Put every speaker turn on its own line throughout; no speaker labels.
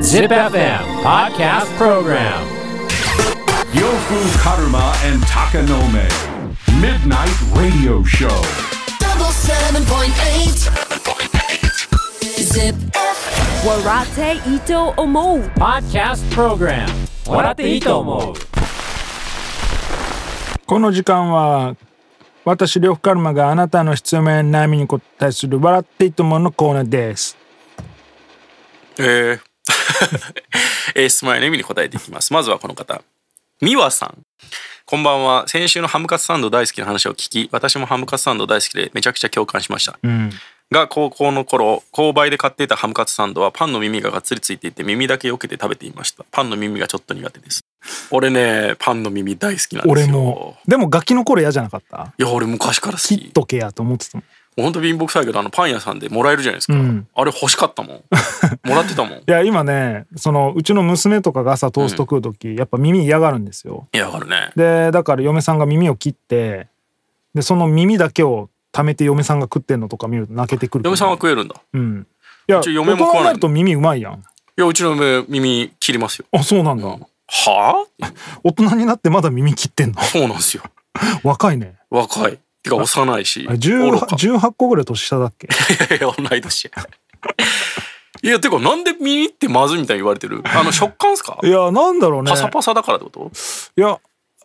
Zip FM Podcast Program
Yofu Karuma and Takanome. Midnight Radio Show.
double seven point eight. Zip.
Warate Ito Omo
Podcast Program 笑っていいと思う
この時間は私呂布カルマがあなたの質問や悩みに答えする笑っていいとものコーナーです
えーえー 質問や悩みに答えていきますまずはこの方美和さんこんばんは先週のハムカツサンド大好きな話を聞き私もハムカツサンド大好きでめちゃくちゃ共感しました、が高校の頃購買で買っていたハムカツサンドはパンの耳ががっつりついていて耳だけ避けて食べていましたパンの耳がちょっと苦手です俺ねパンの耳大好きなんです
俺
よ
もでもガキの頃嫌じゃなかった
いや俺昔から好き
切っとけやと思ってたもん
ほんと貧乏くさいけどあのパン屋さんでもらえるじゃないですか、
うん
あれ欲しかったもんもらっ てたもん
いや今ねそのうちの娘とかが朝トースト食う時、やっぱ耳嫌がるんですよ
いやわかるね
でだから嫁さんが耳を切ってでその耳だけを貯めて嫁さんが食ってんのとか見ると泣けてくる
嫁さんは食えるんだ
うんいや
うち嫁も食
大人
わない
になると耳うまいやん
いやうちの嫁耳切りますよ
あそうなんだ、
はあ
大人になってまだ耳切ってんの
そうなんですよ
若いね
若いてか幼いし
あれ
愚
18,
か
18個ぐらい年下だっけ
いやいや同い年いやてかなんで耳ってまずいみたいに言われてるあの食感っすか
いやなんだろうね
パサパサだからってこと
いや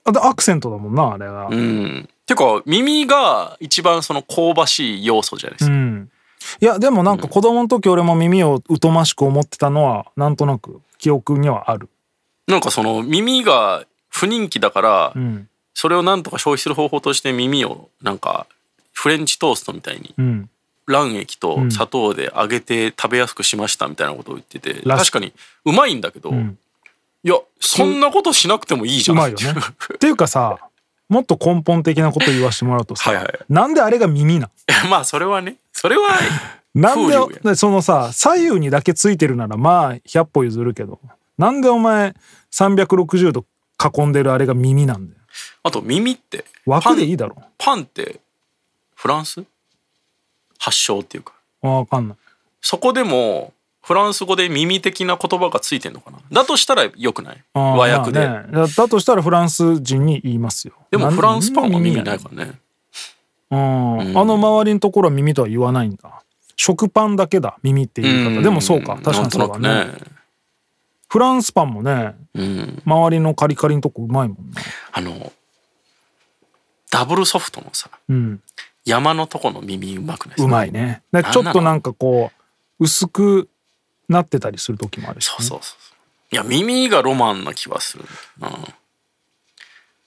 あでアクセントだもんなあれが
う、んてか耳が一番その香ばしい要素じゃないで
う
すか、
んいやでもなんか子供の時俺も耳を疎ましく思ってたのはなんとなく記憶にはある、
なんかその耳が不人気だから、
うん
それをなんとか消費する方法として耳をなんかフレンチトーストみたいに
うん、
卵液と
ん
砂糖で揚げて食べやすくしましたみたいなことを言ってて、
らし
確かにうまいんだけど、
ん
いやそんなことしなくて もいいじゃ
うんまいよねっていうかさもっと根本的なこと言わしてもらうとさ
はいはい
なんであれが耳なん
まあそれはねそ れは
なん
風流
でそのさ左右にだけついてるならまあ100歩譲るけどなんでお前360度囲んでるあれが耳なんだよ
あと耳ってパ
枠
ン
でいいだろ
パンってフランス発祥っていうか
わかんない
そこでもフランス語で耳的な言葉がついてんのかなだとしたらよくない
あー
和訳で、
まあねだだとしたらフランス人に言いますよ
でもフランスパンは耳
な
なんい
で
からね
耳やねんあの周りのところは耳とは言わないんだ食パンだけだ耳っていう言い方でもそうか確かにそうだね
なんとなくね
フランスパンもね
うん
周りのカリカリのとこうまいもんな
あのダブルソフトのさ
うん
山のとこの耳うまくないです
う
か
まいね。で
な
ちょっとなんかこう薄くなってたりする時もあるし、
そうそうそうそういや耳がロマンな気はする、うん、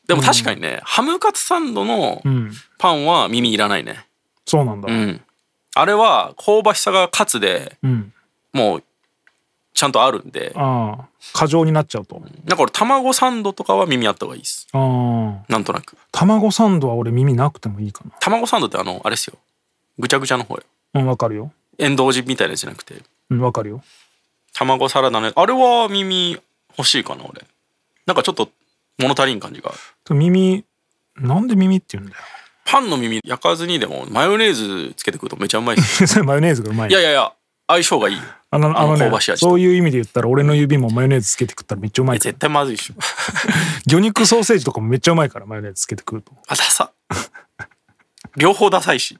でも確かにね、ハムカツサンドの
ん
パンは耳いらないね
そうなんだ。
うん、あれは香ばしさがカツで
うん。
もうちゃんとあるんで
ああ、過剰になっちゃうと。
だから卵サンドとかは耳あった方がいいです
ああ、
なんとなく
卵サンドは俺耳なくてもいいか
卵サンドってあのあれですよぐちゃぐちゃの方よ
な。うん、わかるよ。
エンドウジみたいなやつじゃなくて
うん、わかるよ。
卵サラダのやつあれは耳欲しいかな俺なんかちょっと物足りん感じが
耳、なんで耳って言うんだよ。
パンの耳焼かずにでもマヨネーズつけてくるとめちゃうまいです
それマヨネーズがうま い。
いやいやいや相性がいい
あの、あの
あの
ね
香ばしい、味
そういう意味で言ったら俺の指もマヨネーズつけて食ったらめっちゃうま
え
いから
絶対まずいっしょ
魚肉ソーセージとかもめっちゃうまいからマヨネーズつけて食うと。
あダサ両方ダサいし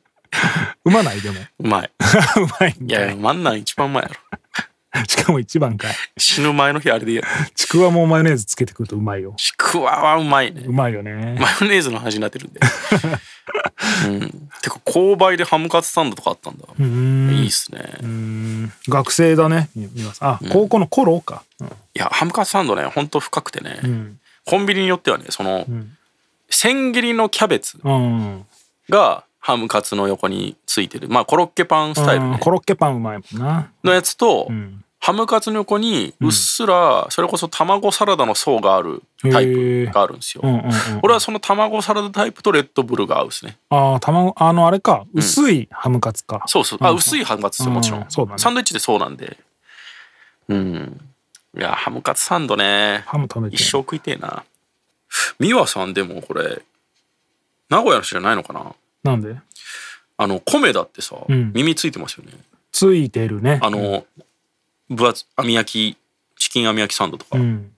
うまないでも。
うまいう
まいん
い
だ
やい
よ
や真んなん一番うまいやろ
しかも一番かい。
死ぬ前の日あれで
ちくわもマヨネーズつけて食うとうまいよ。
ちくわはうまいね
うまいよね。
マヨネーズの味になってるんでうんてか購買でハムカツサンドとかあったんだいいっすね
学生だねみ見ますあ、高校の頃か、うん
いやハムカツサンドねほんと深くてね、
ん
コンビニによってはねその、千切りのキャベツ
うん
がハムカツの横についてるまあコロッケパンスタイルね、
うんコロッケパンうまいもんな
のやつと、
ん
ハムカツの横にうっすらそれこそ卵サラダの層があるタイプがあるんですよ、
うんうんうん
俺はその卵サラダタイプとレッドブルが合うですね
あー卵あのあれか薄いハムカツか、
そうそうあ薄いハムカツですよもちろ
う
ん、
んそうだね
サンドイッチでそうなんでうんいやハムカツサンドね
ハム食べて
一生食いてえな美和さんでもこれ名古屋の人じゃないのかな
なんで
あの米だってさ、
ん
耳ついてますよね
ついてるね
あの、分厚網焼きチキン網焼きサンドとか、
うん。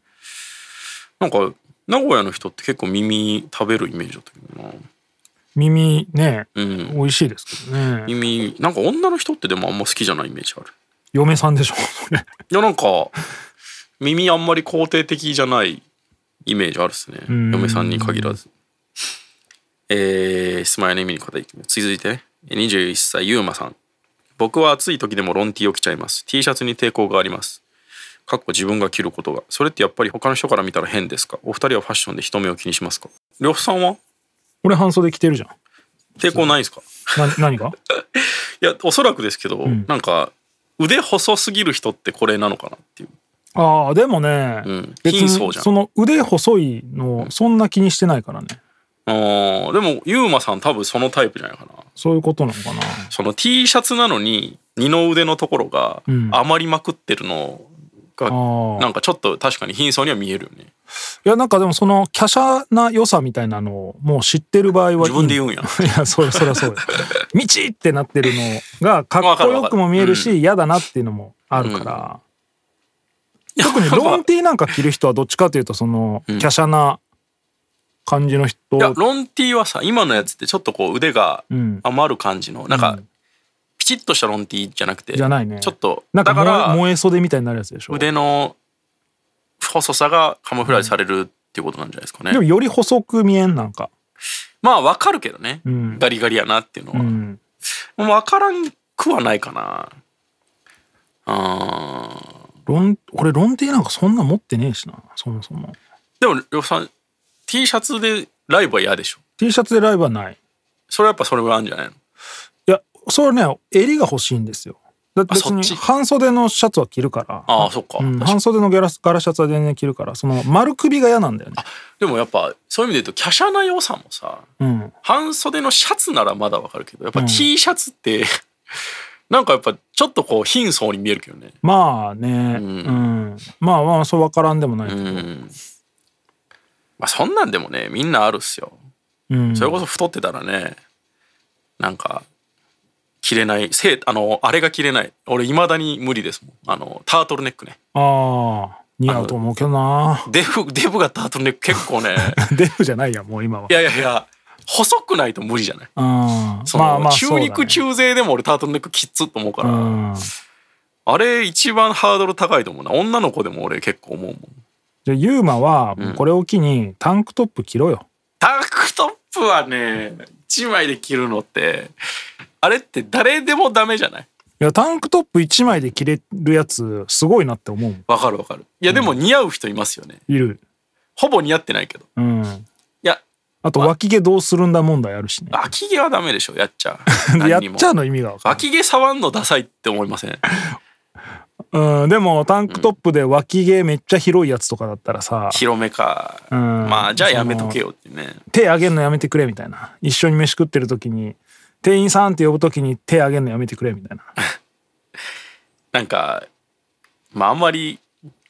なんか名古屋の人って結構耳食べるイメージだったけどな
耳ね、
うん
美味しいですけどね。
耳なんか女の人ってでもあんま好きじゃないイメージある
嫁さんでしょ、 それ。
いやなんか耳あんまり肯定的じゃないイメージあるっすね
ん
嫁さんに限らずえー、質問や悩みに答えていきます続いて21歳ゆうまさん僕は暑い時でもロン T を着ちゃいます T シャツに抵抗がありますかっこ自分が着ることがそれってやっぱり他の人から見たら変ですかお二人はファッションで人目を気にしますか呂布さんは
俺半袖着てるじゃん。
抵抗ないですか
な何が
いやおそらくですけど、なんか腕細すぎる人ってこれなのかなっていう
ああ、でもね、
ん
別に
貧相じゃん
その腕細いの、そんな気にしてないからね。
あーでもユーマさん多分そのタイプじゃないかな
そういうことなのかな。
その T シャツなのに二の腕のところが
ん
余りまくってるのが、
ー
なんかちょっと確かに貧相には見えるよね
いや、なんかでもその、華奢な良さみたいなのをもう知ってる場合はいい
自分で言うん や
いや、そりそりゃ そうよ。道ってなってるのが、かっこよくも見えるし、嫌だなっていうのもあるから。特にロン T なんか着る人はどっちかというと、その、華奢な感じの人。
いやロン T はさ今のやつってちょっとこう腕が
ん
余る感じの、なんかピチッとしたロン T じゃなくて
じゃないね
ちょっと
なんか
だから
燃え燃え袖みたいになるやつでしょ。
腕の細さがカモフラージュされるっていうことなんじゃないですかね、
でもより細く見えん、なんか。
まあわかるけどね、
ん
ガリガリやなっていうのは、
うん。
もう分からんくはないかなあー
ロン、俺ロン T なんかそんな持ってねえしな、そもそも。
でも呂布さん T シャツでライブは嫌でしょ
T シャツでライブはない。
それはやっぱそれぐらいあるんじゃないの
いや、それはね、襟が欲しいんですよ。だって別
あそっ
に
ち
半袖のシャツは着るから。
ああそっか,、
うん
確かに
半袖のギャラス柄シャツは全然着るからその丸首が嫌なんだよね
でもやっぱそういう意味で言うと華奢な良さもさ
うん
半袖のシャツならまだ分かるけどやっぱ T シャツって、 なんかやっぱちょっとこう貧相に見えるけどね
まあねうん、まあまあそう分からんでもないけど、
うんまあそんなんでもねみんなあるっすよ
うん
それこそ太ってたらねなんか着れないせいあのあれが着れない俺いまだに無理ですもんあのタートルネックね
ああ似合うと思うけどな
デブデブがタートルネック結構ね
デブじゃないやもう今はい
やいやいや細くないと無理じゃない
うん
その、
まあまあそうだね
中肉中背でも俺タートルネックきっつと思うから、
うん
あれ一番ハードル高いと思うな女の子でも俺結構思うもん
じゃあユーマはこれを機にタンクトップ着ろよ、
タンクトップはね1枚で着るのってあれって誰でもダメじゃない
いやタンクトップ1枚で着れるやつすごいなって思うもん
わかるわかるいやでも似合う人いますよね、
いる
ほぼ似合ってないけど
うん
いや
あと脇毛どうするんだ問題あるしね
脇毛はダメでしょやっちゃ
やっ
何にも
ちゃうの意味が分かんない
脇毛触んのダサいって思い ません
うん、でもタンクトップで脇毛めっちゃ広いやつとかだったらさ、
広めか、
ん
まあじゃあやめとけよってね
手上げんのやめてくれみたいな一緒に飯食ってる時に店員さんって呼ぶ時に手上げんのやめてくれみたいな
なんかまああんまり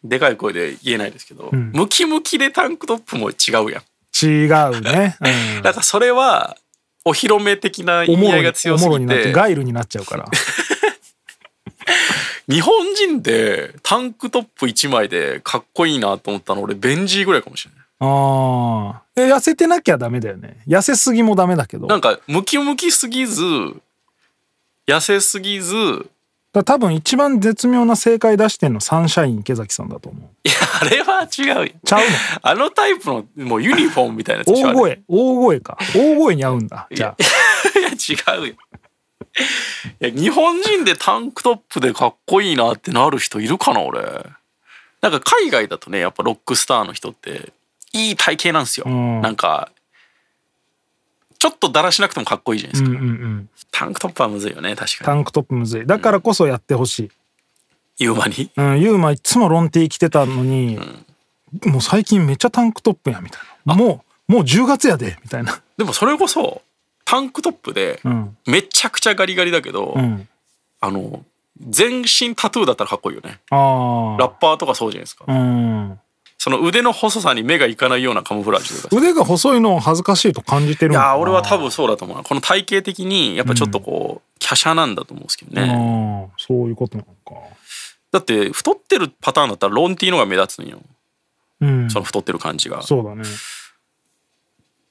でかい声で言えないですけど、ムキムキでタンクトップも違うやん、
違うね、
なんかそれはお披露目的な
うん、
意
おも
味合
ろ
い
に
が強
お
す
もろ
ぎ
になっててガイルになっちゃうから
日本人でタンクトップ1枚でかっこいいなと思ったの俺ベンジーぐらいかもしれない
あーで痩せてなきゃダメだよね痩せすぎもダメだけど
なんかムキムキすぎず痩せすぎず
だ多分一番絶妙な正解出してんのサンシャイン池崎さんだと思う
いやあれは違うやん
ちゃうの
あのタイプのもうユニフォームみたいなやつ
大声大声か大声に合うんだじゃあ
いや違うよ いや日本人でタンクトップでかっこいいなってなる人いるかな俺なんか海外だとねやっぱロックスターの人っていい体型なんですよ、
ん
なんかちょっとだらしなくてもかっこいいじゃないです
うん
か、
うんうん
タンクトップはむずいよね確か
タ
に
ンクトップむずいだからこそやってほしい
言う間に
うん、ユーマいつもロンティー着てたのに、もう最近めっちゃタンクトップやみたいなもうもう10月やでみたいな、
でもそれこそタンクトップで
うん
めちゃくちゃガリガリだけど、
うん、
あの全身タトゥーだったらかっこいいよね
あ
ラッパーとかそうじゃないですか、
あ、うん、
その腕の細さに目がいかないようなカモフラージュとかさ
腕が細いのを恥ずかしいと感じてる
い
のかな
やー俺は多分そうだと思うなこの体型的にやっぱちょっとこう華奢なんだと思うんですけど
あ
ね
ーそういうことなのか
だって太ってるパターンだったらロン T の方が目立つんよ
うん
その太ってる感じが
そうだね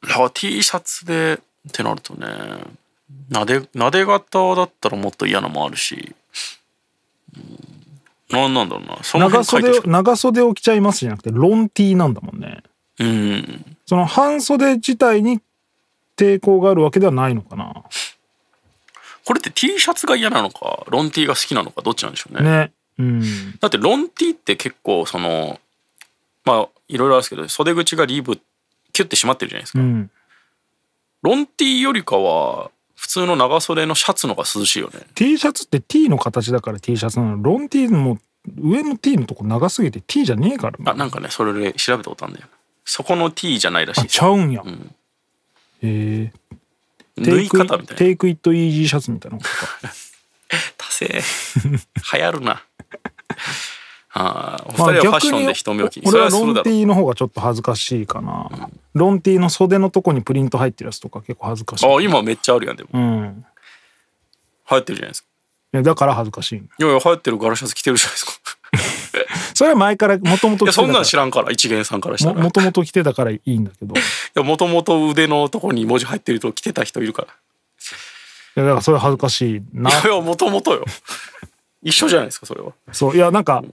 だから T シャツでってなるとねなでなで型だったらもっと嫌なもあるし、うん、なんなんだろうなその
長
辺書い
袖
てほし
を
かっ
長袖を着ちゃいますじゃなくてロン T なんだもんね
たうん
その半袖自体に抵抗があるわけではないのかな
これって T シャツが嫌なのかロン T が好きなのかどっちなんでしょうね
ねうん
だってロン T って結構そのまあいろいろあるんですけど袖口がリーブキュッて締まってるじゃないです
う
か、
ん
ロン T よりかは普通の長袖のシャツの方が涼しいよね
T シャツって T の形だから T シャツなのロン T も上の T のとこ長すぎて T じゃねえから
あなんかねそれで調べたことあるんだよそこの T じゃないらしい
あ
です
ちゃうんや、
ん
えー、
縫い方みたいな
テイクイットイージーシャツみたいなのか
多生 流行るなあーお二
まあ
人はファッションで人目を気にそ
俺
れ
は
はす
ロ
る
ン
だろう
T の方がちょっと恥ずかしいかな、ロン T の袖のとこにプリント入ってるやつとか結構恥ずかしい
あ今めっちゃあるやんでも
うん
流行ってるじゃないですか
いやだから恥ずかしい
いやいや流行ってるガラシャツ着てるじゃないですか
それは前からもとも
い
と
や
着て
そん
た
な
か
ん知らんから一元さんからした
ら
ら
もともと着てたからいいんだけどい
もともと腕のとこに文字入ってると着てた人いるから
やだからそれは恥ずかしいない
やいやもともとよ一緒じゃないですかそれは
そういやなんか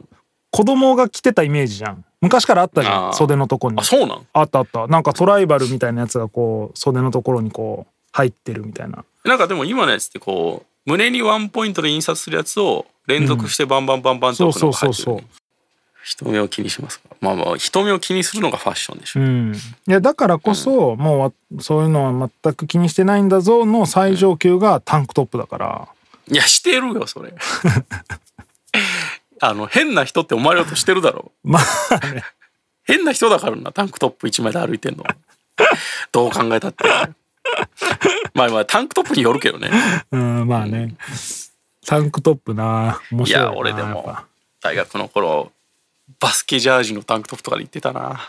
子供が着てたイメージじゃん昔からあったじゃ
あー
ん袖のとこに
あそうなん
あったあったなんかトライバルみたいなやつがこう袖のところにこう入ってるみたいな
なんかでも今のやつってこう胸にワンポイントで印刷するやつを連続してバンバンバンバン
そ
と
う
こ
そ
の
う
入
そう
ってる
そう
ね人目を気にしますかまあまあ人目を気にするのがファッションでしょ、
うん、いやだからこそ、もうわそういうのは全く気にしてないんだぞの最上級がタンクトップだから、
いやしてるよそれ あの変な人って思われようとしてるだろ
まあね
変な人だからなタンクトップ一枚で歩いてんのどう考えたってまあまあタンクトップによるけどね
うんまあね、タンクトップな面
い
白いな
や俺で
やっ
も
ぱ
大学の頃バスケジャージのタンクトップとかで行って たな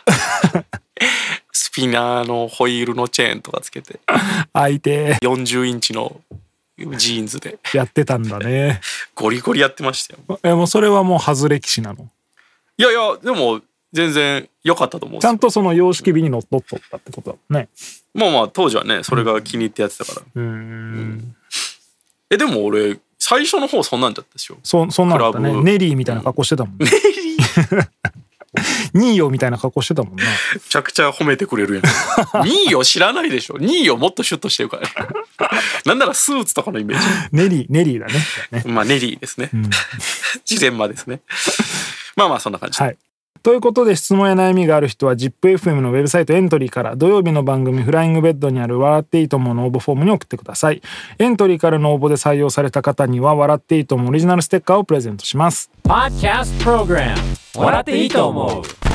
スピナーのホイールのチェーンとかつけて
相手
40インチのジーンズで
やってたんだね
ゴリゴリやってましたよ
えもうそれはもう外れ騎士なの
いやいやでも全然良かったと思うんで
ち
す
ゃ
よ
んとその様式美にのっとっとったってことだもんね
まあまあ当時はねそれが気に入ってやってたから
うん
えでも俺最初の方そんなんだったでしょ
そそんなのだった
クラ
ね
ブ
ネリーみたいな格好してたもんねニーヨみたいな格好してたもんな
めちゃくちゃ褒めてくれ るやんニーヨ知らないでしょニーヨもっとシュッとしてるからねなんならスーツとかのイメー
ネリーネリーだね だね
ジまあネリーですね、事前まですねまあまあそんな感じ、
はい。ということで質問や悩みがある人は ZIPFM のウェブサイトエントリーから土曜日の番組「フライングベッド」にある「笑っていいと思う」の応募フォームに送ってくださいエントリーからの応募で採用された方には「笑っていいと思う」オリジナルステッカーをプレゼントします
Podcast Program 笑っていいと思う